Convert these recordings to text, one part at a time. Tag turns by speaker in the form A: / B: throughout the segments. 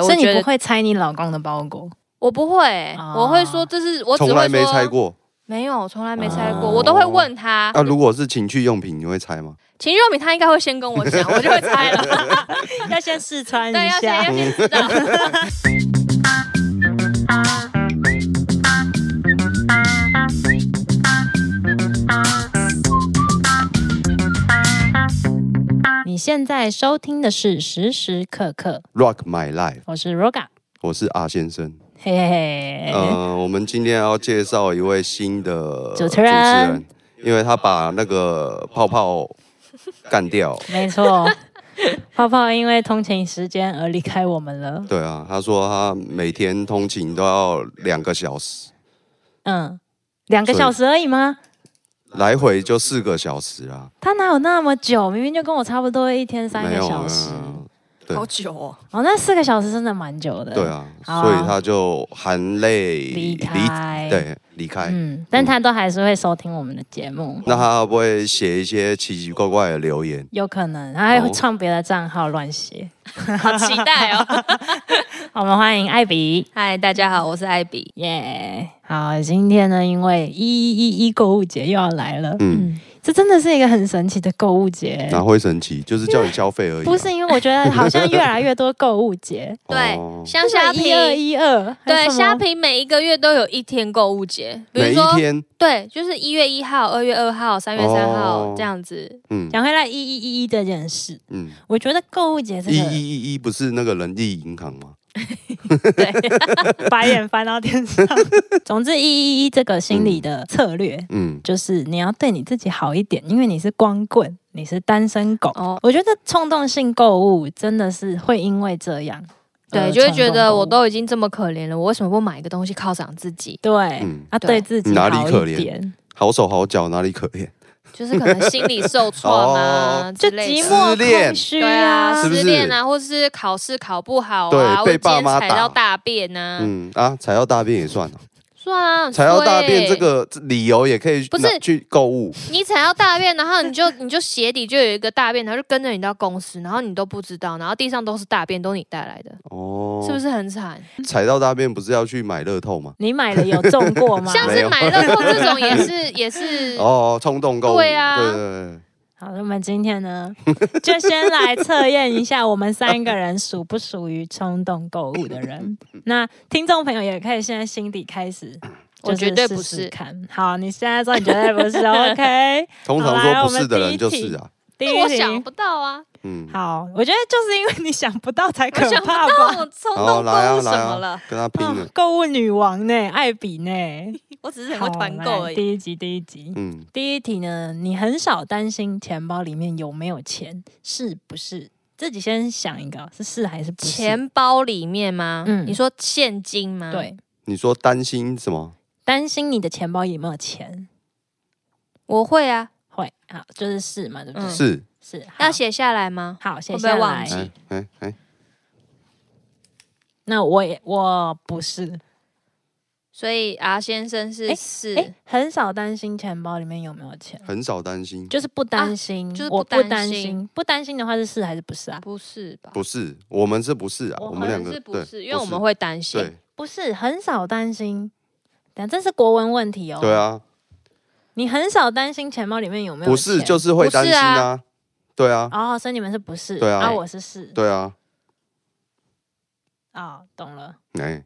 A: 所以你
B: 我觉
A: 不
B: 得
A: 会拆你老公的包裹？
B: 我不会、
A: 哦
B: 我会说这是我只
C: 从
B: 会
C: 来没拆
B: 说
C: 过。
B: 啊没有，从来没拆过，
C: 哦
B: 我都会问
A: 啊
B: 他。
C: 那如果是情趣用品，你会拆吗？
B: 情趣用品他应该会先跟我讲，我就会拆 了。
A: 要先试穿
B: 对，要先要先知 道。
A: 你现在收听的是时时刻刻，
C: Rock My Life，
A: 我是 Roga，
C: 我是阿先生。
A: 嘿嘿嘿，
C: 呃，我们今天要介绍一位新的
A: 主持人
C: 因为他把那个泡泡干 掉。
A: 没错。泡泡因为通勤时间而离开我们了。
C: 对啊，他说他每天通勤都要两个小时，
A: 嗯，两个小时而已吗？
C: 来回就四个小时啊，
A: 他哪有那么久？明明就跟我差不多，一天三
C: 没
A: 个
C: 有
A: 小时。
C: 啊。对
B: 好久哦，
A: 哦，那四个小时真的蛮久的。
C: 对，啊，
A: 好啊
C: 所以他就含泪
A: 离开。，
C: 对，离开。
A: 嗯，但他都还是会收听我们的节目。
C: 那他会不会写一些奇奇怪怪的留言？
A: 有可能，他还会
C: 哦
A: 创别的账号乱写。
B: 好期待哦。
A: 我们欢迎艾比，
B: 嗨，大家好，我是艾比。
A: 耶、好，今天呢，因为一一一一购物节又要来了，
C: 嗯，
A: 这真的是一个很神奇的购物节。
C: 哪会神奇？就是叫你消费而已啊、
A: 不是因为我觉得好像越来越多购物节，
B: 对
C: 哦，
B: 像虾
A: 一二
B: 皮，
A: 一二，还
B: 对
A: 有什么
B: 虾皮每一个月都有一天购物节，比如
C: 每一
B: 说
C: 天，
B: 对，就是一月一号、二月二号、三月三号
C: 哦
B: 这样子。
C: 嗯
A: 讲回来一一一一这件事，
C: 嗯，
A: 我觉得购物节这
C: 一
A: 个
C: 一一一不是那个人力银行吗？
B: 对，
A: 白眼翻到天 上。总之，一一一这个心理的策略。
C: 嗯，
A: 就是你要对你自己好一点，因为你是光棍，你是单身狗。
B: 哦，
A: 我觉得冲动性购物真的是会因为这样，
B: 对，
A: 呃
B: 就会觉得我
A: 冲动购物
B: 都已经这么可怜了，我为什么不买一个东西犒赏自己？
A: 对，
C: 嗯
A: 要对自己
C: 哪里
A: 好
C: 可
A: 一
C: 怜
A: 点，
C: 好手好脚哪里可怜？
B: 就是可能心理受创啊
C: 哦
A: 就
B: 之类
A: 寂
B: 的。
A: 寞
C: 失恋
A: 空虚
B: 对啊，
C: 是不
B: 失
C: 是
B: 恋啊，或是考试考不好啊，
C: 对
B: 或
C: 被
B: 者今
C: 爸
B: 天
C: 妈
B: 踩
C: 打
B: 到大便啊，
C: 嗯啊，踩到大便也算了，
B: 算啊，很
C: 踩到
B: 衰
C: 大便
B: 欸
C: 这，个理由也可以
B: 不是
C: 拿去购物，
B: 你踩到大便，然后你就 你就鞋底就有一个大便，然后就跟着你到公司，然后你都不知道，然后地上都是大便，都是你带来的，
C: 哦，
B: 是不是很惨？
C: 踩到大便不是要去买乐透吗？
A: 你买了有中过吗？
B: 像
C: 没
B: 是
C: 有
B: 买乐透这种也 是也是，
C: 哦，冲动购物，
B: 对啊
C: 对对
A: 好，那么今天呢，就先来测验一下我们三个人属不属于冲动购物的人。那听众朋友也可以现在心底开始。
B: 我绝对不
A: 就是试试
B: 是。
A: 看好，你现在说你绝对不是 ，OK？
C: 通常
A: 好来
C: 说不是的
A: 我们
C: 人
A: 第一
C: 就
A: 题
C: 是啊，
A: 第
B: 那
A: 一
B: 我
A: 题，
B: 想不到啊，
C: 嗯，
A: 好，我觉得就是因为你想不到才可
B: 我想不到
A: 怕吧。
B: 我冲
C: 好
B: 动购
C: 来啊
B: 物
C: 来
B: 什么了
C: 啊，，跟他拼
A: 啊
C: 了，
A: 购物女王呢，艾比呢，
B: 我只是很会团
A: 好
B: 购
A: 来
B: 而已。
A: 第一集，第一集，
C: 嗯，
A: 第一题呢，你很少担心钱包里面有没有钱，是不是？自己先想一个，啊是是还是不是？
B: 钱包里面吗？
A: 嗯
B: 你说现金吗？，
A: 对，
C: 你说担心什么？
A: 担心你的钱包有没有钱，
B: 我会啊，
A: 会好，就是是嘛，对不对？
B: 嗯
C: 是，
A: 是，好
B: 要写下来吗？
A: 好，谢
B: 会不
A: 谢
B: 会忘
A: 来。
B: 记
C: 哎哎哎，
A: 那我也我不是，
B: 所以 R 先生
A: 哎
B: 是是，
A: 哎，很少担心钱包里面有没有钱。
C: 很少担心，
A: 就是不担心，
B: 啊就是不
A: 我不
B: 担
A: 担
B: 心
A: 心，不担心的话是是还是不是啊？
B: 不是吧？
C: 不是，我们是不是啊？
A: 我
C: 我们两
B: 可
C: 个
B: 能是不
C: 对，
B: 是？因为我们会担心。
C: 对
A: 不是，很少担心。等下这是国文问题哦。
C: 对，啊，
A: 你很少担心钱包里面有没有
C: 不是
A: 钱
C: 就是会担心
B: 不是
C: 啊，对啊，
A: 哦，所以你们是不是？
C: 对啊
A: 我是是。
C: 对啊，
A: 哦，懂了。
C: 哎，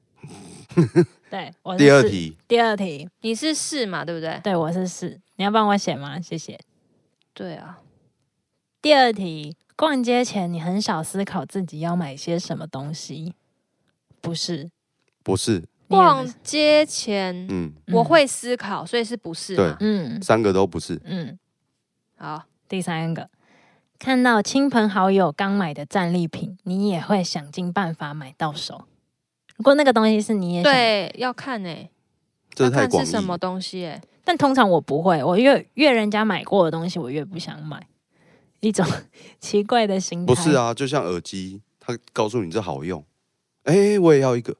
A: 对，我是
C: 第二
A: 是。
C: 题，
A: 第二题，
B: 你是是嘛？对不对？
A: 对我是是。你要帮我写吗？谢谢。
B: 对啊，
A: 第二题，逛街前你很少思考自己要买些什么东西，不是？
C: 不是，
A: 你有没有
B: 逛街前
C: 嗯，
B: 我，会思考，所以是不是嘛？
A: 嗯嗯
C: 三个都不是，
A: 嗯，
B: 好，
A: 第三个，看到亲朋好友刚买的战利品，你也会想尽办法买到手。如果那个东西是你也想，
B: 对，要看诶，
C: 这
B: 要
C: 太
B: 看
C: 广
B: 是
C: 义
B: 什么东西欸诶。
A: 但通常我不会，我越越人家买过的东西，我越不想买，一种 奇怪的心态。
C: 不是啊，就像耳机，它告诉你这好用，哎，我也要一个，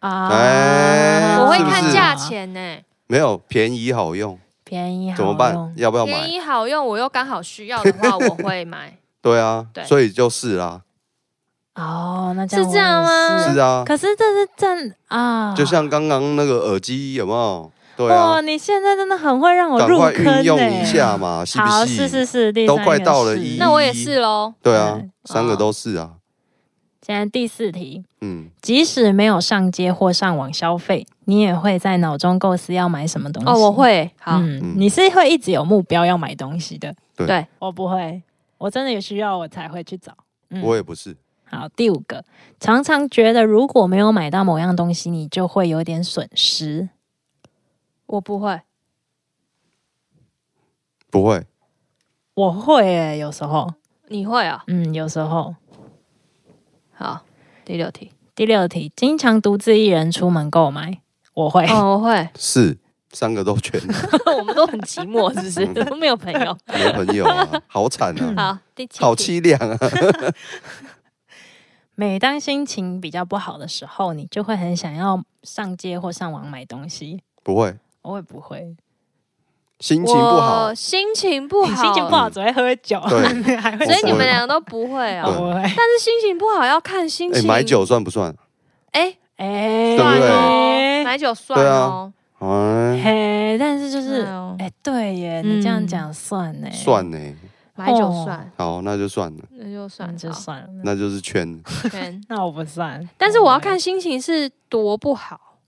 A: 啊，
C: 哎
B: 我会
C: 是不
B: 看
C: 是
B: 价，钱欸呢，
C: 没有便宜好用，
A: 便宜好
C: 怎么办
A: 用？？
C: 要不要
B: 便
C: 买？
B: 宜 好用，我又刚好需要的话，我会买。
C: 对啊
B: 对，
C: 所以就是啦，
A: 哦，那这
B: 是
A: 样
B: 这样
A: 我也
B: 吗
C: 是啊，
A: 嗯可是这是正啊，
C: 就像刚刚那个耳机有没有？对
A: 哇，
C: 啊，
A: 你现在真的很会让我
C: 赶
A: 入
C: 快
A: 坑呢。
C: 运用一下嘛，是不
A: 好，是是是，第
C: 都
A: 三
C: 快
A: 个
C: 到了
A: 是
C: 一
B: 那我也是喽。
C: 对啊
A: 嗯，
C: 三个都是啊，
A: 现在第四题，
C: 嗯，
A: 即使没有上街或上网消费，你也会在脑中构思要买什么东西。
B: 哦，我，会，好，
A: 嗯
C: 嗯，
A: 你是会一直有目标要买东西的。
C: 对
B: 对，
A: 我不会，我真的有需要我才会去找。嗯
C: 我也不是，
A: 好，第五个，常常觉得如果没有买到某样东西，你就会有点损失。
B: 我不会。
C: 不会，。
A: 我会诶、有时候，
B: 你会啊？
A: 嗯，有时候。
B: 好，第六题。
A: 第六题，经常独自一人出门购买，我会。
B: 哦，我 会
C: 是三个都全
B: 我们都很寂寞，是不
A: 嗯
B: 是？都没有朋 友。
C: 没朋友啊，好惨啊，
B: 好，第七题。
C: 好凄凉啊，
A: 每当心情比较不好的时候，你就会很想要上街或上网买东西。
C: 不会，
A: 我也不会，
C: 心情不好
B: 我，心情不好，
A: 心情不好只会喝酒，
C: 对
A: 还会
B: 所以你
C: 哦
B: 们
C: 我不会
B: 两个都不会
A: 我
B: 哦。
A: 不会。
B: 但是心情不好要看心
C: 哎，
B: 情。
C: 买，酒算不算？
B: 哎，
A: 哎，
C: 对不对
B: 哦买酒算
C: 对啊
B: 哦，
C: 哎，
A: 嘿，但是就是
B: 哎，呦
A: 哎，对耶，你这样
B: 嗯
A: 讲算呢？
C: 算呢，
B: 买酒
A: 哦嗯
B: 算，
C: 好，那就算了，
B: 那就算
A: 算就
B: 好
A: 算了，
C: 那就是圈，
B: 全
A: 那我不算。
B: 但是我要
A: 不会，
B: 看心情是多不好，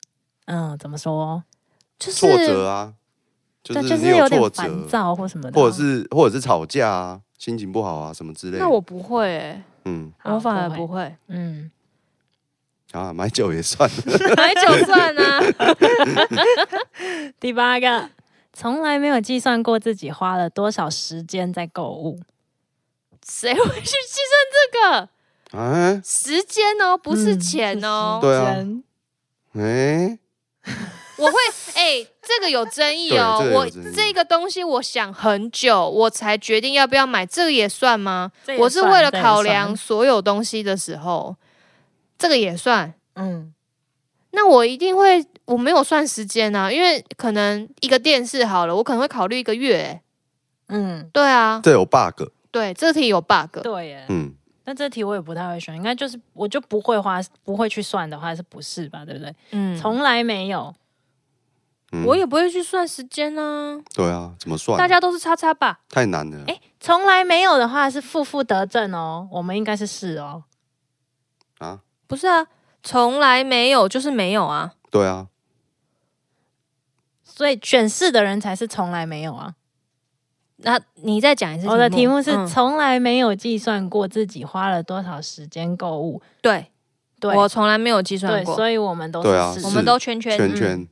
A: 嗯，怎么说？
B: 就是
C: 挫折啊，就
A: 对，
C: 是
A: 就
C: 你
A: 是有
C: 挫
A: 点
C: 折，啊
A: 烦躁或什么的，啊
C: 或者是或者是吵架啊，心情不好啊，什么之类的。
B: 那我不会、欸，
C: 嗯
A: 好
B: 我反而不
A: 不
B: 会
A: 嗯，
C: 啊，买酒也算了，
B: 买酒算 啊，
A: 第八个，从来没有计算过自己花了多少时间在购物。
B: 谁会去计算这个
C: 哎
B: 时间哦，不
A: 嗯
B: 是钱哦？
C: 对啊哎，
B: 我会哎、这个有争议哦，
C: 对这个有
B: 我
C: 争议
B: 这个东西我想很久，我才决定要不要买，这个也算吗？
A: 这也算
B: 我是为了
A: 这也
B: 考
A: 算
B: 量所有东西的时候，这个也算。
A: 嗯，
B: 那我一定会，我没有算时间啊，因为可能一个电视好了，我可能会考虑一个月、欸。
A: 嗯，
B: 对啊，
C: 这有 bug，
B: 对，这题有 bug。
A: 对耶。
C: 嗯，
A: 那这题我也不太会选，应该就是我就不会花，不会去算的话是不是吧？对不对？
B: 嗯，
A: 从来没有，
C: 嗯
B: 我也不会去算时间啊，
C: 对啊，怎么算？
B: 大家都是叉叉吧？
C: 太难了，
A: 哎，从来没有的话是负负得正哦，我们应该是是哦。
C: 啊，
B: 不是啊，从来没有就是没有啊。
C: 对啊，
A: 所以选是的人才是从来没有啊。
B: 那你再讲一次，
A: 我的题目是
B: 嗯
A: 从来没有计算过自己花了多少时间购物。
B: 对，
A: 对，
B: 我从来没有计算
A: 对，
B: 过，
A: 所以我们都是
C: 对啊
A: 是
B: 我们都圈嗯圈
C: 圈圈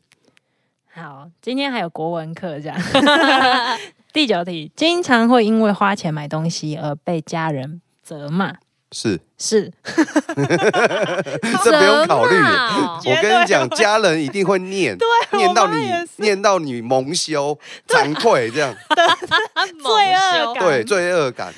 A: 好，今天还有国文课这样。 第九题，经常会因为花钱买东西而被家人责骂，
C: 是，
A: 是
C: 这不用考虑。
B: 虑
A: 啊绝
C: 我
A: 对
C: 跟你讲，
A: 会
C: 家人一定会 念，念到
A: 我妈
C: 你
A: 也是
C: 念到你蒙 羞、惭愧这样，
A: 罪恶 感
C: 对，罪恶感，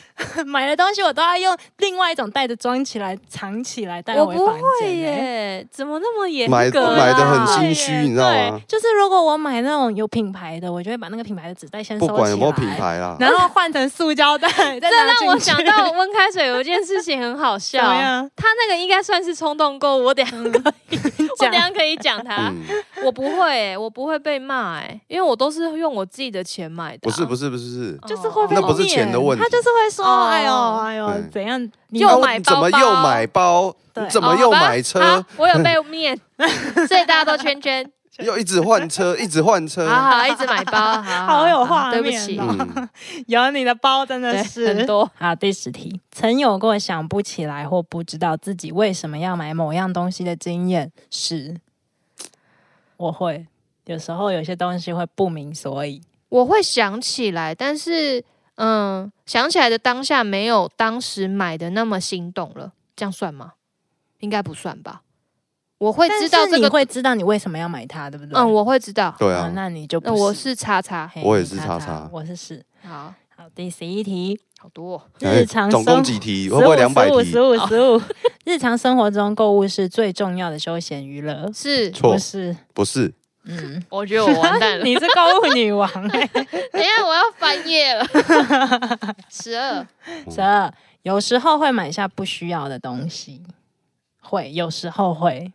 A: 买的东西我都要用另外一种袋子装起来、藏起来带
B: 我
A: 回
B: 不
A: 房
B: 会
A: 间欸、
B: 耶，怎么那么严格
C: 买
B: 啊？
C: 买的很
A: 对
C: 心
A: 耶
C: 虚，你知道
A: 对
C: 吗？
A: 就是如果我买那种有品牌的，我就会把那个品牌的纸袋先收
C: 不
A: 起来，
C: 管有没有品，牌啦，
A: 然后换成塑胶 袋，再
B: 这
A: 拿
B: 让
A: 进
B: 我
A: 去
B: 想 到温开水有一件事情很好笑
A: 怎么，样嗯
B: 他那个应该算是冲动购物，我等下 我等下可以讲他。
C: 嗯，
B: 我不会、欸，我不会被骂，哎，因为我都是用我自己的钱买的、啊哦
C: 不是不
B: 是，
C: 是不 是，
A: 就是会被
C: 那不是钱的
A: 念
C: 问题
A: 他就是会说：“
B: 哦
A: 哎呦，哎呦，
C: 嗯
A: 怎样？你
B: 又
A: 买
C: 啊
B: 买
C: 怎么
B: 包
C: 又
B: 包
C: 买包
A: 对？
C: 怎么
B: 哦
C: 又
B: 好吧
C: 买车
B: 好？我有被 面，所以大家都圈圈，
C: 又一直 换车，一直换车。
A: 啊
B: 好好一直买包，好好
A: 好有画
B: 话，对不
A: 面
B: 起，
A: 哦
C: 嗯，
A: 有你的包真的
B: 对
A: 是
B: 很多。
A: 好，第十题，曾有过想不起来或不知道自己为什么要买某样东西的经验是，我会有时候有些东西会不明所以。
B: 我会想起来，但是嗯，想起来的当下没有当时买的那么心动了，这样算吗？应该不算吧。我会知道
A: 但是
B: 这
A: 你
B: 个，
A: 会知道你为什么要买它，对不对？
B: 嗯，我会知道。
C: 对
A: 哦
C: 啊，
A: 那你就不
B: 那我是叉叉，
A: 嘿
C: 我也是
A: 你
C: 叉
A: 叉
C: 叉，
A: 我是是。
B: 好
A: 好，第十一题，
B: 好多、哦。
C: 哎
A: 日常
C: 总
A: 生活
C: 共几题？会不会两百
A: 五
C: 题
A: 十？五十五， 日常生活中购物是最重要的休闲娱乐。
B: 是
C: 错
A: 不，是
C: 不是，
A: 嗯，
B: 我觉得我完 蛋了。
A: 你是购物女王哎、
B: 等一下我要翻页 了。十二，
A: 十二，有时候会买下不需要的东西，会有时候会，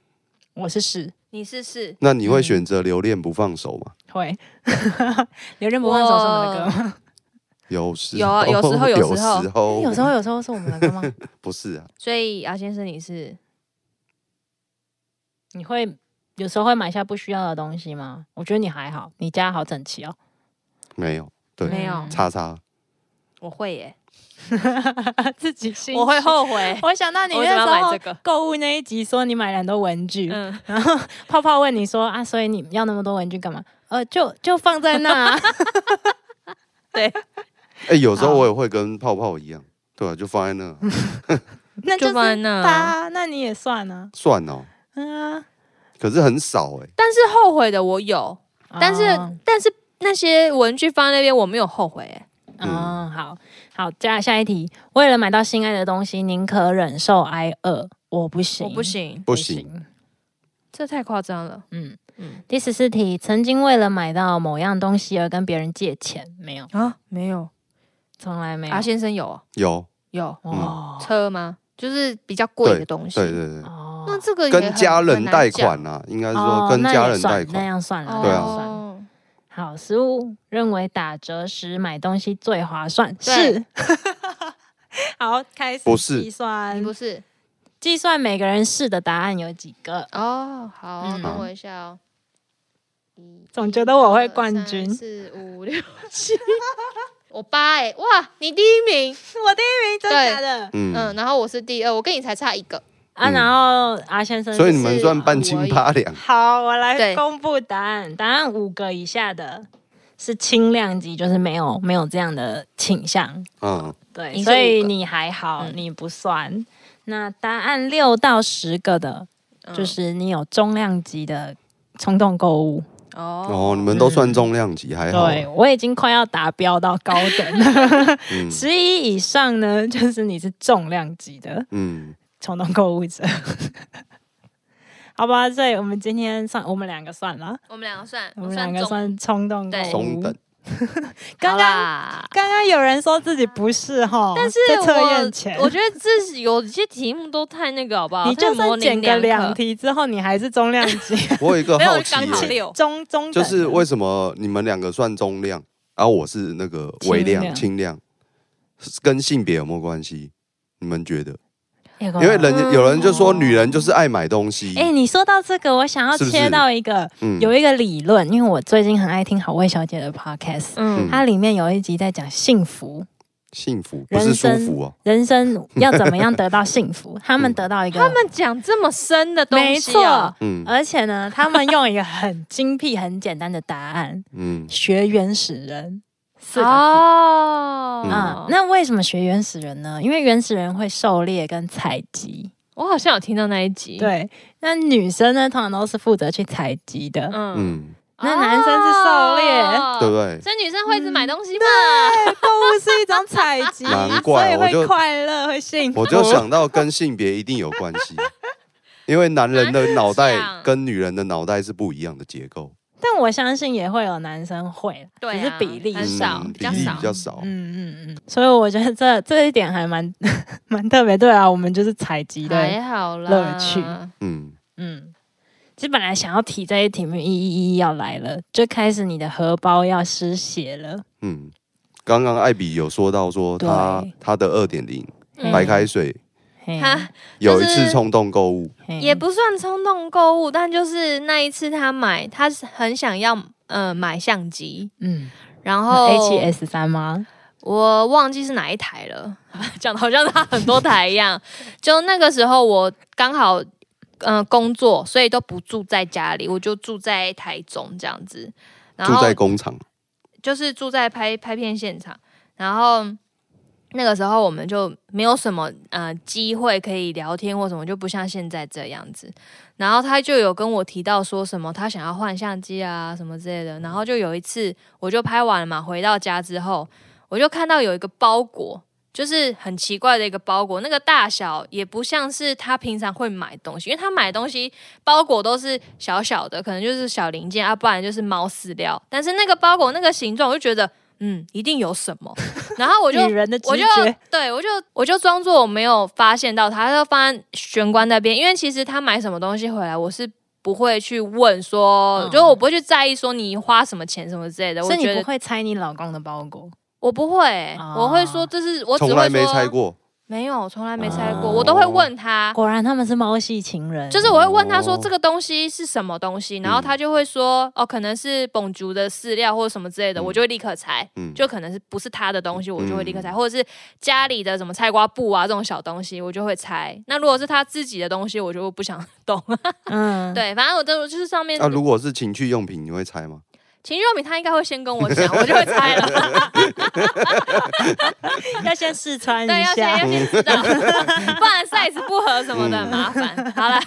A: 我是是
B: 你试试。
C: 那你会
A: 嗯
C: 选择留恋不放手吗？
A: 会， 有人不放手是我们的歌吗？嗯哎
C: 有时
B: 有啊有时候有
C: 有
B: 时候
C: 时候
A: 有时候有时候是我们的歌吗？
C: 不是啊，
B: 所以阿先生你是
A: 你会有时候会买下不需要的东西吗？我觉得你还好，你家好整齐哦。
C: 没有，对
B: 没有
C: 叉叉
B: 嗯我会耶，
A: 自己心。
B: 我会。后悔
A: 我想到你
B: 我为什么
A: 那
B: 要
A: 时候
B: 买这个？
A: 购物那一集说你买了很多文具，
B: 嗯，
A: 然后泡泡问你说啊，所以你要那么多文具干嘛？呃，就就放在 那、啊。
B: 对，
C: 哎、有时候我也会跟泡泡一样，对啊，就放在那
A: 那就
B: 就放在
A: 是
B: 那啊
A: 他，那你也算啊。
C: 算哦，
A: 嗯啊，
C: 可是很少哎、
B: 但是后悔的我有， 但是、
A: 哦
B: 但是那些文具放在那边，我没有后悔欸耶。
A: 嗯，好好，下下一题，为了买到心爱的东西，宁可忍受挨饿，我不行，
B: 我不，行，
C: 不行，。
B: 这太夸张了。
A: 嗯
B: 嗯
A: 第十四题，曾经为了买到某样东西而跟别人借钱，没有，
B: 啊，没有，
A: 从来没有。
B: 阿先生有哦
C: 有，
B: 有
A: 哦，
B: 车吗？就是比较贵的东西。
C: 对对对，
A: 哦
B: 那这个也
C: 跟
B: 很
C: 家人贷，
B: 很难
C: 款啊，应嗯该是
A: 哦
C: 说跟
A: 那
C: 家
A: 也
C: 人
A: 算
C: 贷
A: 那
C: 款，
A: 样算了，
B: 讲
A: 那
C: 对啊
A: 样算了。
B: 哦
A: 好，十五认为打折时买东西最划算，
B: 对
A: 是。 好，开始
C: 不是
A: 计算
B: 你，不是
A: 计算每个人是的答案有几个？
B: 哦，好，
A: 嗯
B: 等我一下哦。一
A: 总觉得我会冠军
B: 二三四五六七，我八哎、哇，你第一名，
A: 我第一名，真
B: 对
A: 假的？
C: 嗯，
B: 嗯，然后我是第二，我跟你才差一个，
A: 啊，
C: 嗯
A: 然后阿先生，
C: 所以你们算半
B: 我
C: 斤
B: 也
C: 八两，
A: 好，我来
B: 对
A: 公布答案。答案五个以下的是轻量级，就是没有没有这样的倾向。
C: 嗯，
A: 对，
B: 你是
A: 所以
B: 五个
A: 你还好，
B: 嗯
A: 你不算。那答案六到十个的，
B: 嗯
A: 就是你有重量级的冲动购物。
B: 哦
C: 哦，你们都算重量级，还好啊，
A: 对我已经快要达标到高等 了。
C: 嗯
A: 十一以上呢，就是你是重量级的
C: 嗯，
A: 冲动购物者。 好吧，所以我们今天算我们两个算了，
B: 我们两个算，
A: 我们两个
B: 中
A: 算冲动购
B: 对
C: 中
A: 物。
C: 等，
A: 刚
B: 好
A: 刚
B: 啦。
A: 刚刚有人说自己不是哈，
B: 但是
A: 在
B: 我
A: 测验前，
B: 我觉得这是有些题目都太那个好不好？
A: 你就
B: 太模
A: 算
B: 棱
A: 减个
B: 两
A: 两
B: 可，
A: 题之后，你还是重量级，
C: 我有一个
B: 没有
C: 好
B: 就刚好
C: 奇、耶，
B: 六，
A: 中中等的
C: 就是为什么你们两个算重量，然、后我是那个微量、
A: 轻
C: 轻量，是跟性别有没有关系？你们觉得？
A: 因
C: 因为人
B: 嗯
C: 有人就说女人就是爱买东西，
A: 哎、你说到这个，我想要
C: 是不是
A: 切到一个
C: 嗯
A: 有一个理论，因为我最近很爱听好味小姐的 podcast，、
B: 嗯
C: 嗯
A: 它里面有一集在讲幸福，
C: 幸福不
A: 人
C: 是舒
A: 生
C: 服哦、
A: 人生要怎么样得到幸福，他们
C: 嗯
A: 得到一个，
B: 他们讲这么深的东
A: 没
B: 西啊
A: 错，，
C: 嗯
A: 而且呢，他们用一个很精辟、很简单的答案，
C: 嗯，
A: 学原始人四个字。
B: 哦，
A: 嗯，那为什么学原始人呢？因为原始人会狩猎跟采集，
B: 我好像有听到那一集，，
A: 对。那女生呢，通常都是负责去采集的。
B: 嗯，
C: 嗯，
A: 那男生是狩猎嗯
B: 哦
C: 对不对？
B: 所以女生会一直买东西吧？
A: 对，购哎物是一种采集，
C: 难怪
A: 所以
C: 我
A: 会
C: 就
A: 快乐，会幸福。
C: 我就想到跟性别一定有关 系，因为男人的脑袋跟女人的脑袋是不一样的结构，
A: 但我相信也会有男生会啦，
B: 对啊
A: 只是比例
B: 很少
C: 嗯
B: 比
C: 比
B: 较
C: 例
B: 少
C: 比较少，
A: 嗯嗯嗯，所以我觉得这这一点还蛮 蛮特别。对啊，我们就是采集的，
B: 还好啦，
A: 乐趣
C: 嗯，
A: 嗯。其实本来想要提这一题目，一一一一要来了，就开始你的荷包要失血了。
C: 嗯，刚刚艾比有说到说他
A: 对
C: 他的二点零
B: 嗯
C: 白开水
A: 嘿
B: 哈，
C: 有一
B: 就
C: 次
B: 是
C: 冲动购物，
A: 嘿
B: 也不算冲动购物，但就是那一次他买，他是很想要呃买相机，
A: 嗯
B: 然后
A: ，A 七 S 三吗？
B: 我忘记是哪一台了， 讲的好像他很多台一样。就那个时候我刚好嗯、呃工作，所以都不住在家里，我就住在台中这样子，然
C: 住
B: 后
C: 在工厂，
B: 就是住在拍拍片现场，然后那个时候我们就没有什么呃机会可以聊天或什么，就不像现在这样子。然后他就有跟我提到说什么他想要换相机啊什么之类的，然后就有一次我就拍完了嘛，回到家之后我就看到有一个包裹，就是很奇怪的一个包裹，那个大小也不像是他平常会买东西，因为他买东西包裹都是小小的，可能就是小零件啊，不然就是猫饲料。但是那个包裹那个形状，我就觉得嗯，一定有什么。然后 我就
A: 女人的直
B: 我就
A: 觉，
B: 对我就我就装作我没有发现到他，就放在玄关那边。因为其实他买什么东西回来，我是不会去问说，
A: 嗯
B: 就我不会去在意说你花什么钱什么之类的。我
A: 是你
B: 觉
A: 不
B: 得
A: 会拆你老公的包裹，
B: 我不会、欸
A: 哦
B: 我会说这是我只会
C: 从
B: 说
C: 来没拆，过。
B: 没有，从来没拆过，
C: 哦
B: 我都会问他。
A: 果然他们是猫系情人，
B: 就是我会问他说
C: 哦
B: 这个东西是什么东西，然后
C: 嗯
B: 他就会说哦，可能是蹦竹的饲料或者什么之类的，
C: 嗯
B: 我就会立刻拆。
C: 嗯，
B: 就可能是不是他的东西，我就会立刻拆，或者是家里的什么菜瓜布啊这种小东西，我就会拆。那如果是他自己的东西，我就不想 动。
A: 嗯，
B: 对，反正我都就是上面
C: 那、啊如果是情趣用品，你会拆吗？
B: 情绪用品，他应该会先跟我讲，我就会拆了。
A: 要先试穿
B: 对，
A: 一
B: 要先
A: 下
B: 要， 先知道，不然 size 不合什么的
A: 嗯
B: 很麻烦。好了，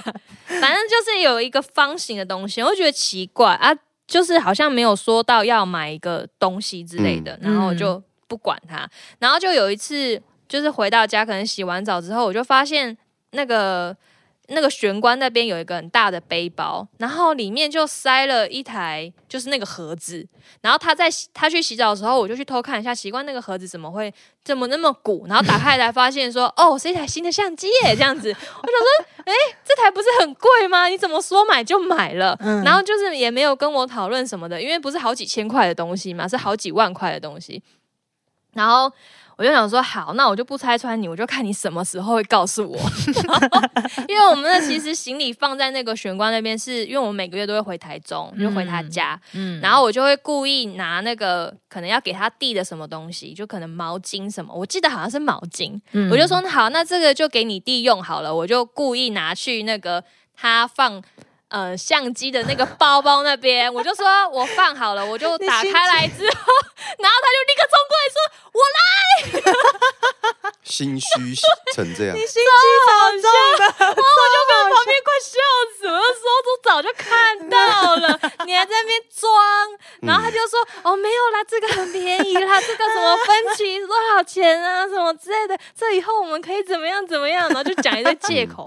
B: 反正就是有一个方形的东西，我就觉得奇怪啊，就是好像没有说到要买一个东西之类的，
A: 嗯
B: 然后我就不管它。然后就有一次，就是回到家，可能洗完澡之后，我就发现那个那个玄关那边有一个很大的背包，然后里面就塞了一台就是那个盒子。然后他在洗他去洗澡的时候，我就去偷看一下，奇怪那个盒子怎么会这么那么鼓？然后打开来发现说，哦，是一台新的相机耶，这样子。我想说，哎、这台不是很贵吗？你怎么说买就买了？
A: 嗯
B: 然后就是也没有跟我讨论什么的，因为不是好几千块的东西嘛，是好几万块的东西。然后我就想说，好，那我就不拆穿你，我就看你什么时候会告诉我。 因为我们那其实行李放在那个玄关那边是，因为我们每个月都会回台中，就回他家，
A: 嗯
B: 然后我就会故意拿那个可能要给他递的什么东西，就可能毛巾什么，我记得好像是毛巾，
A: 嗯
B: 我就说好，那这个就给你弟用好了，我就故意拿去那个他放。呃，相机的那个包包那边，我就说我放好了，我就
A: 你
B: 打
A: 心
B: 开来之后， 然后他就立刻冲过来说：“我
C: 心虚成 这样，
A: 心机早中的，
B: 在旁边快笑死我！我就说我早就看到 了，你还在那边装。然后他就说：“
A: 嗯
B: 哦，没有啦，这个很便宜 啦，这个什么分期多少钱啊，什么之类的，这以后我们可以怎么样怎么样。”然后就讲一堆借 口。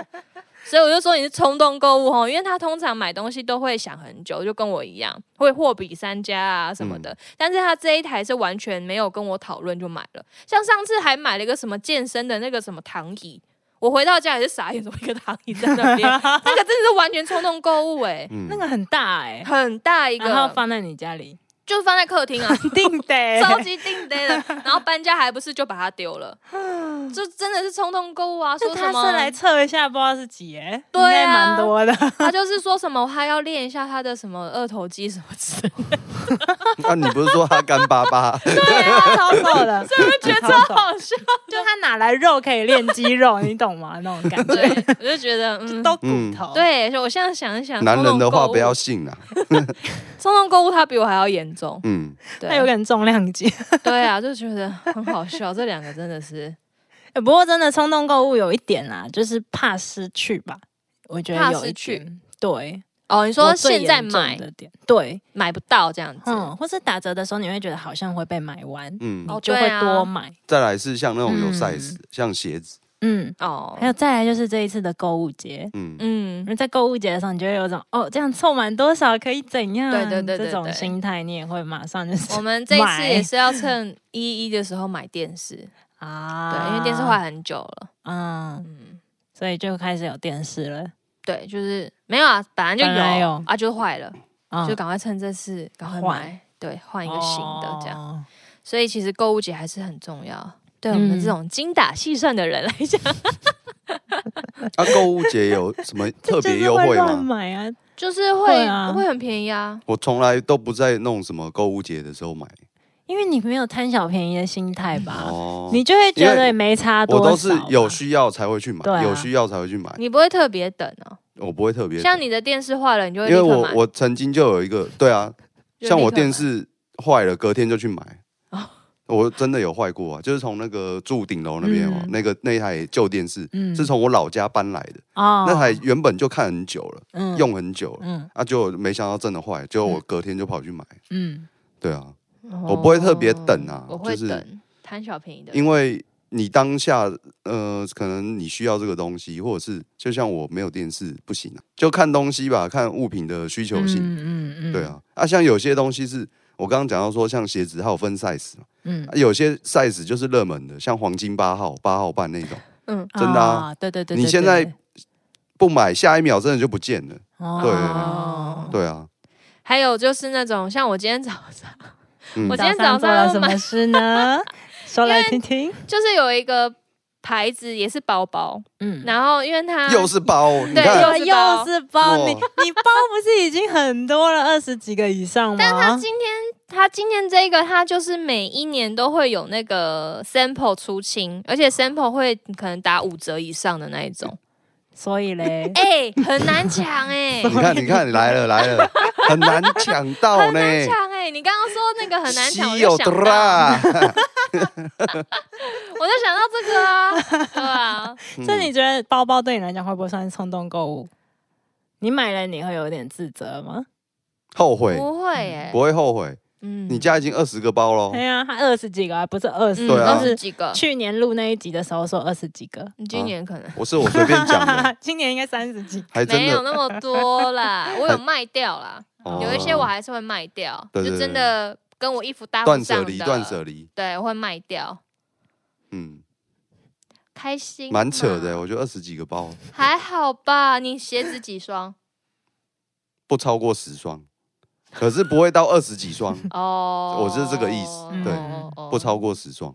B: 所以我就说你是冲动购物哦，因为他通常买东西都会想很久，就跟我一样会货比三家啊什么的。
A: 嗯
B: 但是他这一台是完全没有跟我讨论就买了，像上次还买了一个什么健身的那个什么躺椅，我回到家也是傻眼，怎么一个躺椅在 那边？那个真的是完全冲动购物哎、
C: 嗯，
A: 那个很大哎，
B: 很大一
A: 然后
B: 个，
A: 放在你家里，
B: 就放在客厅 啊，
A: 一定得
B: 超级定呆的。然后搬家还不是就把它丢 了，就真的是冲动购物啊！说
A: 嗯那
B: 什
A: 他
B: 么
A: 是来测一下，不知道是几哎，
B: 对
A: 应
B: 啊
A: 该蛮多的。
B: 他就是说什么他要练一下他的什么二头肌什么之类的。
C: 那、啊你不是说它干巴巴？
A: 对啊，超瘦 的，所以我
B: 觉得超好笑。
A: 就他哪来肉可以练肌肉，你懂吗？那种感
B: 对
A: 觉，，
B: 我就觉 得嗯。
A: 都骨头。，
B: 对，所以我现在想一想，
C: 男人的话不要
B: 冲
C: 信啊。
B: 动购物，他比我还要严重。
C: 嗯，
A: 他有
B: 对，
A: 点重量 级。
B: 对啊，就觉得很好笑。这两个真的是
A: 欸不过真的冲动购物有一点啦，就是怕失去吧，我觉
B: 怕
A: 得有
B: 失
A: 一
B: 去
A: 点。对，
B: 哦，你
A: 我
B: 说
A: 最
B: 现在
A: 严重
B: 买
A: 的点，对，
B: 买不到这样子，
A: 嗯，或是打折的时候，你会觉得好像会被买完，
C: 嗯，
B: 哦
A: 就
B: 对
A: 会
B: 啊
A: 多买。
C: 再来是像那种有
A: 嗯
C: size，、像鞋子，
A: 嗯，
B: 哦，
A: 还有再来就是这一次的购物节，
C: 嗯，
B: 嗯
A: 因，为在购物节的时候，你就会有一种哦，这样凑满多少可以怎样，
B: 对对对对
A: 这种
B: 对
A: 心态，你也会马上就是
B: 我们这一次
A: 买
B: 也是要趁一一的时候买电视，
A: 啊，
B: 对，因为电视坏，很久了，
A: 嗯，
B: 嗯，
A: 所以就开始有电视了，
B: 对，就是没有啊，本来就
A: 本来
B: 有
A: 有
B: 啊，就是坏了，
A: 啊，
B: 就赶快趁这次赶快
A: 换
B: 买，对，换一哦个新的这样。
A: 样，
B: 所以其实购物节还是很重要，对我们
A: 嗯
B: 这种精打细算的人来 讲，
C: 啊，购物节有什么特别优
A: 就是
C: 惠
A: 乱
C: 吗？
A: 买啊，
B: 就是会
A: 会啊
B: 会很便宜啊。
C: 我从来都不在弄什么购物节的时候买。
A: 因为你没有贪小便宜的心态
B: 啊
A: 吧，
C: 哦，
A: 你就会觉
C: 因
A: 得
C: 为
A: 也没差多
C: 我
A: 少吧，
C: 都是有需要才会去买，
A: 对啊
C: 有需要才会去买，
B: 你不会特别等哦，
C: 我不会特别。
B: 像你的电视坏了，你就会
C: 因
B: 立
C: 为
B: 刻
C: 我
B: 买。
C: 我曾经就有一个，对啊，
B: 就立刻买
C: 像我电视坏了，隔天就去买
B: 哦。
C: 我真的有坏过啊，就是从那个住顶楼那边哦，
A: 嗯
C: 那个那台旧电视
A: 嗯
C: 是从我老家搬来的，
A: 哦
C: 那台原本就看很久了，
A: 嗯
C: 用很久了，
A: 嗯
C: 啊，就没想到真的坏，结果我隔天就跑去买。
A: 嗯
C: 对啊，
B: 哦
C: 我不会特别等啊
B: 我会
C: 就是
B: 等贪小便宜的人。
C: 因为你当下呃，可能你需要这个东西，或者是就像我没有电视不行啊，就看东西吧，看物品的需求性。
A: 嗯嗯
C: 对，啊，啊，像有些东西是我刚刚讲到说，像鞋子它有分 size 嘛，
A: 嗯
C: 啊有些 size 就是热门的，像黄金八号、八号半那种，
B: 嗯，
C: 真的啊，
A: 哦对对对，
C: 你
A: 对
C: 现在不买下一秒真的就不见了。对
A: 哦，
C: 对啊，
B: 还有就是那种像我今天早上，
C: 嗯
B: 我，今天早
A: 做了
B: 上
A: 什
B: 要买
A: 么，事呢？说来听听。
B: 就是有一个牌子也是包包，
A: 嗯，
B: 然后因为它
C: 又是包，你
B: 啊对
C: 看
B: 又
A: 对，又是包，你
C: 哇
A: 你包不是已经很多了，二十几个以上
B: 但他
C: 啊
A: 吗？
B: 今天，他今天这个，他就是每一年都会有那个 sample 出清，而且 sample 会可能打五折以上的那一种。
A: 所以 嘞，
B: 哎、很难抢哎、
C: 嗯 你看，你看，来了来了，很难抢到
B: 很
C: 呢。
B: 难抢哎、你刚刚说那个很难抢，我
C: 稀
B: 就
C: 有
B: 想到，
C: 的 啦。
B: 我就想到这个啊，对啊，
C: 嗯
A: 这你觉得包包对你来讲会不会算是冲动购物？你买了你会有点自责吗？
C: 后悔
B: 不会哎、
C: 不会后悔？
B: 嗯哎
C: 你家已经二十个包喽
A: 对，哎呀，他二十几个，不是二十，
B: 嗯
C: 哦对啊
B: 二
A: 就
B: 十
A: 是
B: 几个，
A: 去年录那一集的时候说二十几个，
B: 你今年可能、
C: 我是我随便 讲 的，
A: 今年应该三十几个。
C: 还哎真
B: 没有
C: 的
B: 那么多 啦，我有卖掉啦，
C: 哦
B: 有一些我还是会卖掉，
C: 对对
B: 就
C: 对
B: 真的跟我衣服搭不
C: 断
B: 上
C: 舍
B: 的，
C: 离，断舍离，
B: 对，我会卖掉。
C: 嗯，
B: 开心，
C: 蛮扯的，，我觉得二十几个包
B: 还好吧？你鞋子几双？
C: 不超过十双，可是不会到二十几双，
B: 哦，
C: 我是这个意思
A: 对
B: 哦 哦
C: 不超过十双，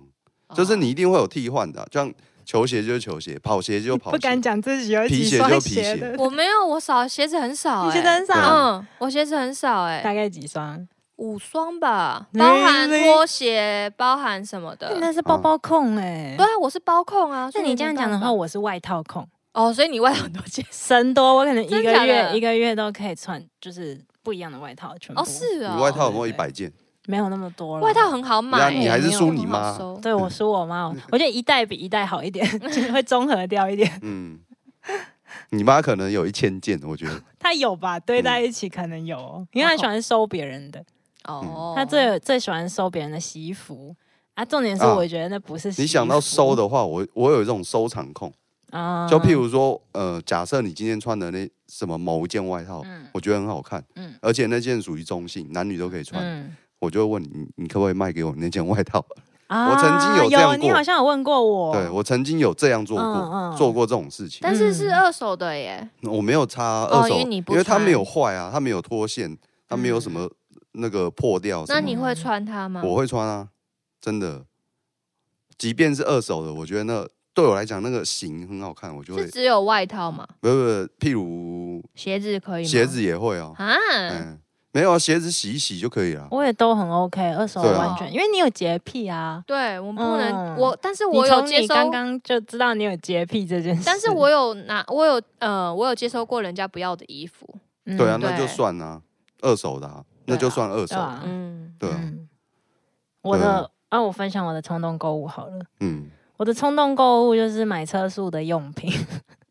B: 哦
C: 就是你一定会有替换的啊，就像球鞋就是球鞋，跑鞋就跑
A: 不敢
C: 鞋，
A: 讲自己有
C: 皮
A: 几
C: 鞋
A: 双
C: 就皮
A: 鞋
C: 鞋
A: 的，
B: 哦我没有，我少鞋子很少，
A: 你
B: 哎
A: 觉得很
C: 对啊
A: 少？
B: 嗯，我鞋子很少，哎，
A: 大概几双？
B: 五双吧，
A: Really？
B: 包含拖鞋，包含什么的。
A: 那是包包控嗯哎
B: 对。啊，我是包控啊。
A: 那
B: 所以
A: 你这样讲的
B: 没
A: 话，
B: 办
A: 呃我是外套控，
B: 法，哦，所以你外套很多件
A: 神多，我可能一个
B: 真假
A: 月
B: 的
A: 一个月都可以穿，就是不一样的外套，全部
B: 哦，是哦，
C: 你外套有没有
A: 对
C: 一
A: 对
C: 百
B: 啊
C: 件？
A: 没有那么多了。
B: 外套很好
C: 那
B: 买，欸
C: 你还是输你妈嗯
B: 很好收哦
A: 对我输我妈，我觉得一代比一代好一点， 就是会综合掉一点。
C: 嗯，你妈可能有一千件，我 觉得
A: 他有吧？堆在一起可能有
C: 嗯
A: 哦，因为他喜欢收别人的，
B: 哦，
A: 他最最喜欢收别人的西服啊。重点是，
C: 啊
A: 我觉得那不是西服
C: 你想到收的话，我我有一种收藏控。
B: 嗯
A: 啊，
C: 就譬如说，呃，假设你今天穿的那什么某一件外套，
A: 嗯
C: 我觉得很好看，
A: 嗯
C: 而且那件属于中性，男女都可以穿，
A: 嗯
C: 我就会问你，你你可不可以卖给我那件外套？
A: 啊
C: 我曾经有
A: 有
C: 这样过
A: 你好像有问过
B: 哦
A: 我，
C: 对我曾经有这样做过，
A: 嗯嗯
C: 做过这种事情，
B: 但是
A: 嗯
B: 是二手的耶，
C: 我没有擦
B: 哦
C: 二手，
B: 因为你不
C: 它
B: 穿嗯
C: 没有坏啊，它没有脱线，它没有什么那个破掉什
B: 那
C: 么，
B: 你会穿它吗？
C: 我会穿啊，真的，即便是二手的，我觉得那对我来讲那个型很好看，我就会
B: 是，只有外套吗？
C: 不不，不譬如
B: 鞋子可以吗？
C: 鞋子也会哦、
B: 啊，
C: 嗯，没有啊，鞋子洗一洗就可以了。
A: 我也都很 OK，二手
C: 对啊
A: 完全，因为你有洁癖啊。
B: 对我不能，
A: 嗯
B: 我但是
A: 你
B: 我有
A: 从
B: 接
A: 你
B: 收，
A: 刚刚就知道你有洁癖这件事，
B: 但是我有拿，我有呃，我有接收过人家不要的衣服，
A: 嗯
C: 对啊，
B: 对
C: 那就算啊，二手的、啊，
B: 对啊
C: 那就算二手
A: 对。吧？
B: 嗯，
C: 对啊，
A: 嗯我的啊，我分享我的冲动购物好了。
C: 嗯，
A: 我的冲动购物就是买车速的用品。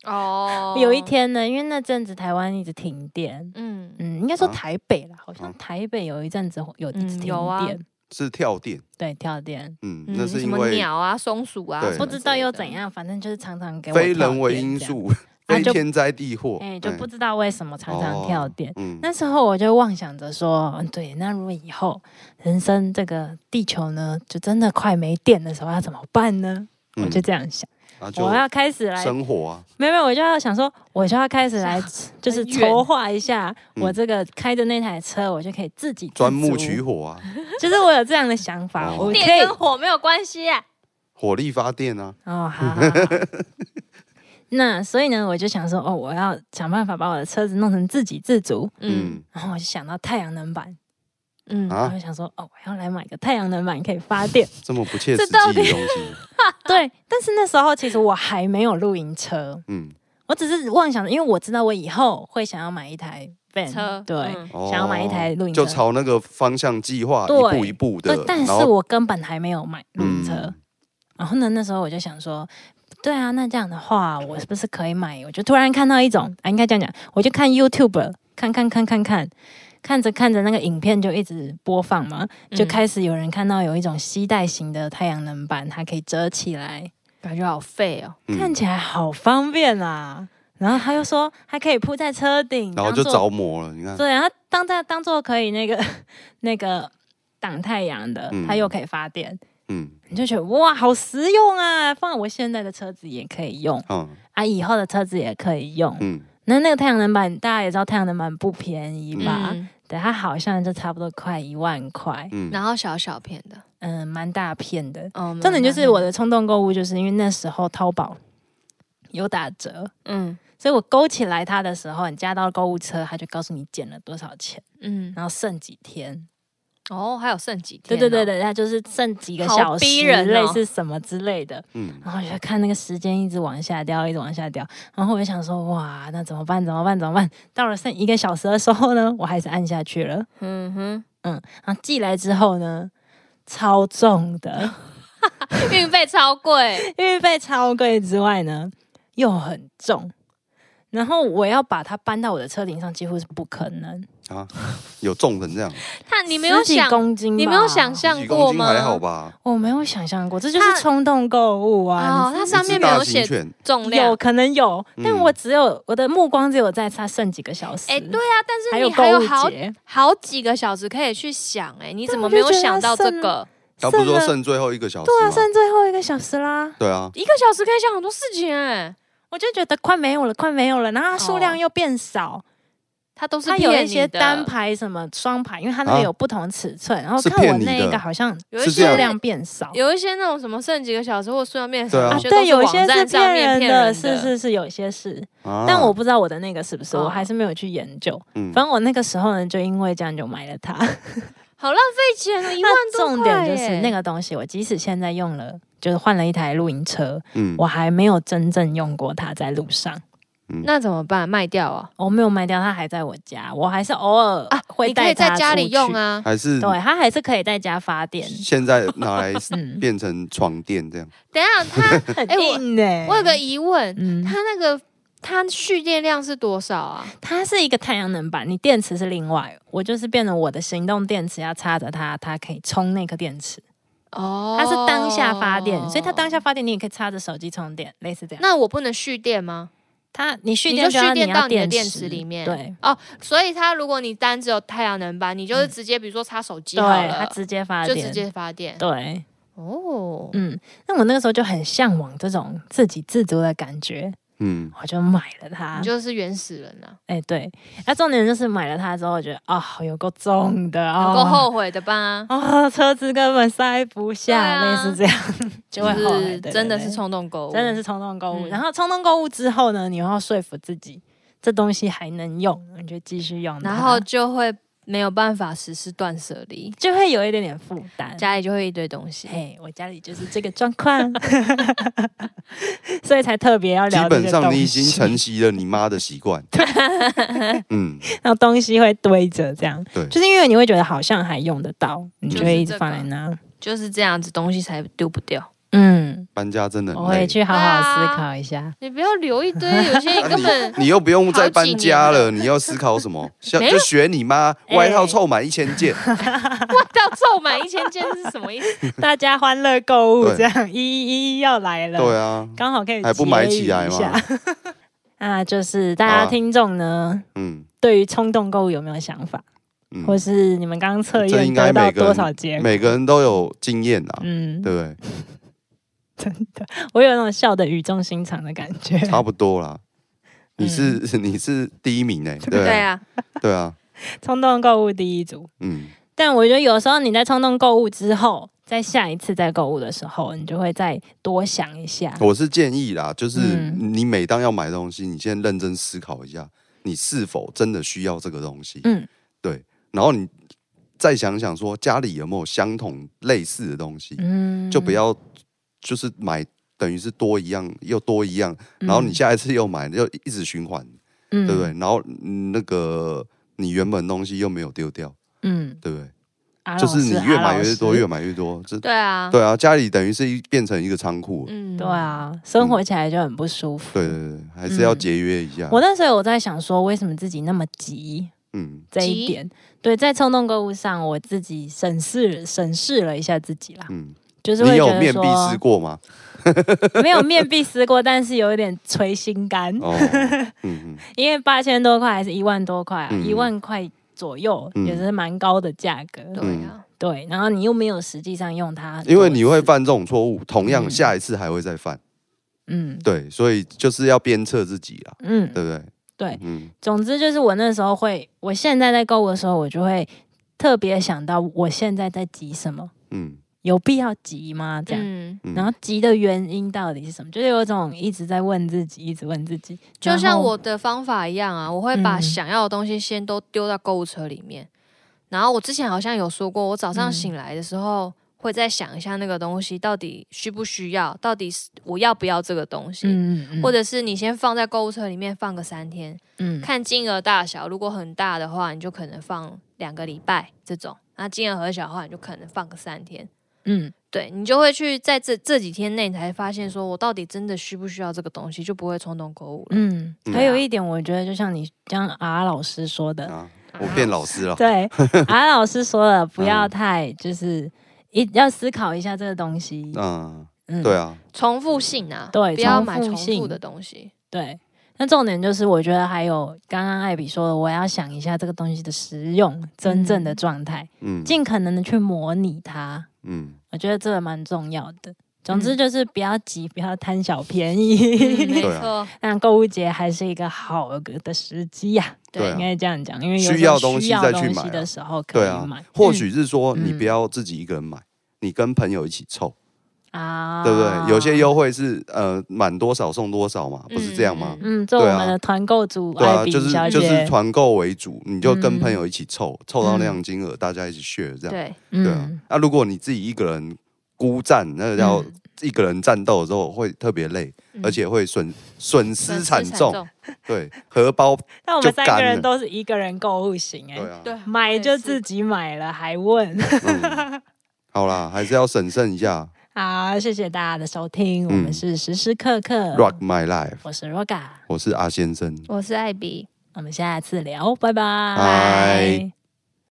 B: 哦
A: 有一，天呢，因为那阵子台湾一直停电，
B: 嗯，
A: 嗯，应该说
C: 啊
A: 台北啦，好像
C: 啊
A: 台北有一阵子会有一直停
B: 嗯
A: 电，
B: 有啊
C: 是跳电，
A: 对，跳电，
C: 嗯，
B: 嗯
C: 那是
B: 什
C: 因
B: 么
C: 为
B: 鸟啊、松鼠啊，
C: 对
B: 什
A: 不
B: 么
A: 知道又
B: 之类
A: 怎
B: 的，
A: 样，反正就是常常给我
C: 非
A: 跳
C: 人为
A: 电
C: 因
A: 这样，
C: 素，
A: 啊
C: 非
A: 就
C: 天灾地祸。
A: 哎、就不知道为什么常常
C: 哦
A: 跳电。
C: 嗯，
A: 那时候我就妄想着说，嗯对，那如果以后人生这个地球呢，就真的快没电的时候要怎么办呢？
C: 嗯
A: 我啊就这样想，
C: 那就
A: 我要开始来
C: 生活啊，
A: 没有没有，我就要想说，我就要开始来，就是
B: 很远
A: 筹划一下，
C: 嗯
A: 我这个开的那台车，我就可以自己自
C: 钻木
A: 足
C: 取。火啊，
A: 就是我有这样的想法，
C: 哦
A: 我可
B: 电
A: 以
B: 跟火没有关系啊，
C: 火力发电啊，
A: 哦，好好。好 那所以呢，我就想说，哦，我要想办法把我的车子弄成自给自足。
B: 嗯
C: 嗯，
A: 然后我就想到太阳能板，
B: 嗯，
A: 我
C: 啊
A: 就，想说，哦，我要来买个太阳能板可以发电。
C: 这么不切
B: 这
C: 实际
B: 到
C: 的
B: 底
C: 东西，
A: 对，但是那时候其实我还没有露营车，
C: 嗯，
A: 我只是妄想，因为我知道我以后会想要买一台 van，
B: 车
A: 对，
B: 嗯
C: 哦
A: 想要买一台露营车
C: 就朝那个方向计划，
A: 对
C: 一步一步
A: 对
C: 的，，
A: 但
C: 然
A: 是
C: 后
A: 我根本还没有买露营车。
C: 嗯
A: 然后呢，那时候我就想说，对啊，那这样的话，我是不是可以买？我就突然看到一种啊，应该这样讲，我就看 YouTube，看看看看看，看着看着那个影片就一直播放嘛，就
B: 嗯
A: 开始有人看到有一种吸带型的太阳能板，它可以折起来，
B: 感觉好废哦。
C: 嗯
A: 看起来好方便啊。然后他又说还可以铺在车顶，
C: 然后就
A: 当做
C: 着魔了。你看，
A: 对，然后当在当做可以那个那个挡太阳的
C: 嗯，
A: 它又可以发电，
C: 嗯
A: 你就觉得哇，好实用啊！放在我现在的车子也可以用
C: 嗯
A: 啊，以后的车子也可以用。
C: 嗯，
A: 那那个太阳能板，大家也知道太阳能板不便宜吧？
B: 嗯，
A: 对，它好像就差不多快一万块，
C: 嗯
B: 然后小小片的，
A: 嗯，蛮大片的。
B: 嗯，
A: 重点就是我的冲动购物，就是因为那时候淘宝有打折，
B: 嗯
A: 所以我勾起来它的时候，你加到购物车，它就告诉你减了多少钱，
B: 嗯，
A: 然后剩几天。
B: 哦，还有剩几天
A: 对
B: 哦，
A: 对对对，它就是剩几个
B: 好
A: 小时，
B: 逼人哦
A: 类似什么之类的。
C: 嗯
A: 然后我就看那个时间一直往下掉，一直往下掉。然后我就想说，哇，那怎么办？怎么办？怎么办？到了剩一个小时的时候呢，我还是按下去了。
B: 嗯哼，
A: 嗯，然后寄来之后呢，超重的，
B: 运费超 贵，
A: 运费超贵之外呢，又很重。然后我要把它搬到我的车顶上，几乎是不可能。
C: 啊，有众人这样，
B: 他你没有
A: 十几
B: 想，
A: 公斤吧，
B: 你没有想象
C: 十几
B: 过
C: 公斤
B: 吗
C: 还好吧？
A: 我没有想象过，这就
B: 它
A: 是冲动购物啊！
B: 哦，
A: 你
B: 它
A: 是
B: 上
C: 一只
B: 面没
C: 大
B: 有
C: 型
B: 写
C: 犬
B: 重
A: 有
B: 量。
A: 可能有，但
C: 嗯
A: 我只有我的目光只有在它剩几个小时。
B: 哎，对啊，但
A: 还
B: 是
A: 有
B: 你
A: 购
B: 还有
A: 物
B: 好
A: 节，
B: 好几个小时可以去想，哎，你怎
A: 但
B: 么
A: 啊我
B: 没
A: 就
B: 有
A: 觉得
B: 想
A: 它
B: 到这
A: 剩
B: 个？
C: 他不是说
A: 剩了
C: 剩最后一个小时
A: 对啊，
C: 吗？
A: 剩最后一个小时啦，
C: 对啊，
B: 一个小时可以想很多事情，哎，
A: 我就觉得快没有了，快没有了。然后它数量又变少，
B: 它都哦是
A: 它有
B: 骗
A: 一
B: 你
A: 些
B: 的
A: 单排什么双排，因为它那
C: 啊
A: 个有不同尺寸。然后
C: 是
A: 看我
C: 骗你
A: 那一
C: 的
A: 个好像
B: 有一
C: 是
B: 些
C: 这样
A: 数量变少。
B: 有一些那种什么剩几个小时或数量变少，
C: 对啊
B: 哦有些都
A: 对，有一些
B: 网
A: 是
B: 站上
A: 骗
B: 面
A: 人
B: 骗
A: 的，
B: 人
A: 是是是，有一些是，
C: 啊
A: 但我不知道我的那个是不是，
B: 哦
A: 我还是没有去研究。
C: 嗯
A: 反正我那个时候呢，就因为这样就买了它。
B: 好浪费钱啊！一万
A: 那
B: 多块
A: 重点就是
B: 耶
A: 那个东西，我即使现在用了，就是换了一台露营车，
C: 嗯
A: 我还没有真正用过它在路上。
B: 那怎么办？卖掉啊？
A: 我没有卖掉，它还在我家，我还是偶尔
B: 啊
A: 会
B: 你可
A: 带
B: 以
A: 它
B: 在家里用
A: 出
B: 啊。
C: 还是
A: 去。对，它还是可以在家发电，
C: 现在拿来
A: 嗯，
C: 变成床垫这样，
B: 等一下 他，
A: 很
B: 哎我
A: 硬呢、
B: 我有个疑问，
A: 嗯，
B: 他那个他蓄电量是多少啊？
A: 它是一个太阳能板，你电池是另外，我就是变成我的行动电池要插着它，它可以充那颗电池，
B: 哦，
A: 它是当下发电，所以它当下发电你也可以插着手机充电，类似这样。
B: 那我不能蓄电吗？
A: 它你蓄
B: 你
A: 电
B: 就
A: 要
B: 蓄电
A: 你
B: 到
A: 要
B: 你的
A: 电
B: 电池里面
A: 对
B: 哦所以它如果你单只有太阳能板，你就是直接比如说插手机
A: 对，
B: 好
A: 它
B: 了，
A: 直接发
B: 就
A: 电，
B: 直接发电。
A: 对，
B: 哦，
A: 嗯，那我那个时候就很向往这种自给自足的感觉，
C: 嗯，
A: 我就买了它
B: 你。就是原始人啊，
A: 哎、对，那、重点就是买了它之后，我觉得哦，有够重的
B: 有
A: 哦，
B: 够后悔的吧？
A: 哦，车子根本塞不下，
B: 对啊
A: 类似这样，就会后
B: 就是
A: 悔，
B: 真的是
A: 冲，
B: 冲动购物，
A: 真的是冲动购物。
B: 嗯
A: 然后冲动购物之后呢，你又要说服自己这东西还能用，你就继续用它，
B: 然后就会没有办法实施断舍离，
A: 就会有一点点负担。
B: 家里就会一堆东西。
A: 嘿，我家里就是这个状况， 所以才特别要
C: 基
A: 聊这
C: 本
A: 个东
C: 上
A: 西。
C: 你已经 承袭了你妈的习惯，嗯，
A: 然后东西会堆着，这样
C: 对
A: 就是因为你会觉得好像还用得到，你就会一直放在那。
B: 就是这样子，东西才丢不掉。
A: 嗯，
C: 搬家真的
A: 我
C: 很
A: 会
C: 累，
A: 去好好思考一下。
B: 你不要留一堆，有些根 本
C: 啊你又不用再搬家
B: 好
C: 了，你要思考 什么？像
B: 没有
C: 就学你妈，
A: 哎
C: 外套凑满一千 件，
B: 到凑满一千件是什么意 思？
A: 大家欢乐购物，
C: 对
A: 这样一一一要来了。
C: 对啊，
A: 刚好可以
C: 还不买起来
A: 节
C: 吗
A: 育一下？ 那就是大家听众呢，
C: 嗯
A: 对于冲动购物有没有想法，
C: 嗯，
A: 或是你们刚刚测
C: 这
A: 验
C: 应该
A: 得到
C: 每个人
A: 多少结果？
C: 每个人都有经验啊，
A: 嗯，
C: 对不对？
A: 我有那种笑得语重心长的感觉。
C: 差不多
A: 嗯
C: 啦。你是 你是第一名哎，对
B: 对
C: 啊
B: 啊，
C: 对啊，
A: 冲动购物第一组，
C: 嗯
A: 但我觉得有时候你在冲动购物之后，在下一次再购物的时候，你就会再多想一下。
C: 我是建议啦，就是
A: 嗯
C: 你每当要买东西，你先认真思考一下，你是否真的需要这个东西。
A: 嗯，
C: 对，然后你再想想说家里有没有相同类似的东西，
A: 嗯
C: 就不要就是买等于是多一样又多一样，
A: 嗯
C: 然后你下一次又买又一直循环，
A: 嗯
C: 对不对？然后嗯那个你原本东西又没有丢掉，
A: 嗯，
C: 对不对？
A: 阿
C: 就
A: 老
C: 是
A: 师
C: 你越买越多，。
A: 阿
C: 越
A: 老师
C: 买越多，这
B: 对啊，
C: 对啊，家里等于是一变成一个仓库了。
B: 嗯
A: 对，啊，生活起来就很不舒服。
C: 对对对，还是要节约一下。
A: 嗯我那时候有在想说，为什么自己那么急
C: 嗯
A: 这
B: 急
A: 一点？对，在冲动购物上，我自己审视审视了一下自己啦。
C: 嗯
A: 就是
C: 你
A: 会觉
C: 有
A: 得
C: 面壁思
A: 说
C: 过吗？
A: 没有面壁思过，但是有一点捶心肝，
C: 哦，嗯嗯，
A: 因为八千多块还是一万多块啊，
C: 嗯
A: 一、万块左右、
C: 嗯
A: 也是蛮高的价格。
B: 对啊，
A: 对，然后你又没有实际上用它很多次，
C: 因为你会犯这种错误，同样
A: 嗯
C: 下一次还会再犯。
A: 嗯
C: 对，所以就是要鞭策自己啦，
A: 嗯，
C: 对不对？
A: 对。
C: 嗯
A: 总之就是我那时候会，我现在在购物的时候，我就会特别想到我现在在急什么，
C: 嗯
A: 有必要急吗？这样。
B: 嗯，
C: 嗯，
A: 然后急的原因到底是什么？就是有种一直在问自己，一直问自己。
B: 就
A: 然
B: 像
A: 后
B: 我的方法一样啊，我会把
A: 嗯
B: 想要的东西先都丢到购物车里面。然后我之前好像有说过，我早上
A: 嗯
B: 醒来的时候会再想一下那个东西到底需不需要，到底是我要不要这个东西，
A: 嗯嗯，
B: 或
A: 者
B: 者是你先放在购物车里面放个三天，
A: 嗯
B: 看金额大小，如果很大的话，你就可能放两个礼拜这种；那金额很小的话，你就可能放个三天。
A: 嗯
B: 对你就会去在这这几天内，你才发现说我到底真的需不需要这个东西，就不会冲动购物了。
A: 嗯，
C: 嗯
A: 还有一点，我觉得就像你像阿老师说的，
C: 啊，我变老师了，啊
A: 对，阿老师说了，不要
C: 嗯
A: 太就是一要思考一下这个东西。
C: 嗯，
A: 嗯，
C: 对啊，
B: 重复性啊，
A: 对
B: 不要买
A: 重复
B: 重
A: 性
B: 复的东 西。
A: 对。那重点就是，我觉得还有刚刚艾比说的，我要想一下这个东西的实用真正的
B: 嗯
A: 状态，
C: 嗯
A: 尽可能的去模拟它。
C: 嗯，
A: 我觉得这个蛮重要的。总之
B: 嗯
A: 就是不要急，不要贪小便
B: 嗯
A: 宜。
B: 没
C: 对啊
B: 错，
A: 那购物节还是一个好的时机呀、
C: 对
B: 对
C: 啊
A: 应该这样讲，因为有
C: 需
A: 时候
C: 要东西
A: 需要
C: 再去
A: 东
C: 买啊
A: 西的时候可
C: 对
A: 以
C: 啊
A: 买，，
C: 或许是说你
A: 嗯
C: 不要自己一个人买，你跟朋友一起凑，
A: 啊，
C: 对不对？有些优惠是呃满多少送多少嘛，不是这样吗？
B: 嗯
A: 嗯，做我
C: 对啊
A: 们的团购组
C: 对啊，
A: 艾比
C: 就是
A: 小
C: 就
A: 姐，
C: 是团购为主，你就跟
A: 嗯
C: 朋友一起凑，凑到那样金额，大家一起 share 这样。
B: 对，
C: 对啊
A: 嗯，，
C: 那如果你自己一个人孤战，那要
A: 嗯
C: 一个人战斗的时候会特别累，
B: 嗯
C: 而且会损损失惨重，
B: 重，
C: 对，荷包
A: 但我们
C: 就
A: 三个
C: 干
A: 人
C: 了
A: 都是一个人购物型哎、
C: 对啊，
B: 对，
A: 买就自
B: 是
A: 己买了还问
C: 嗯，好啦，还是要审慎一下
A: 好，谢谢大家的收听，我们
C: 嗯
A: 是时时刻刻
C: ，Rock My Life，
A: 我是 Roga，
C: 我是阿先生。
B: 我是艾比。
A: 我们下次聊，拜拜，
C: 拜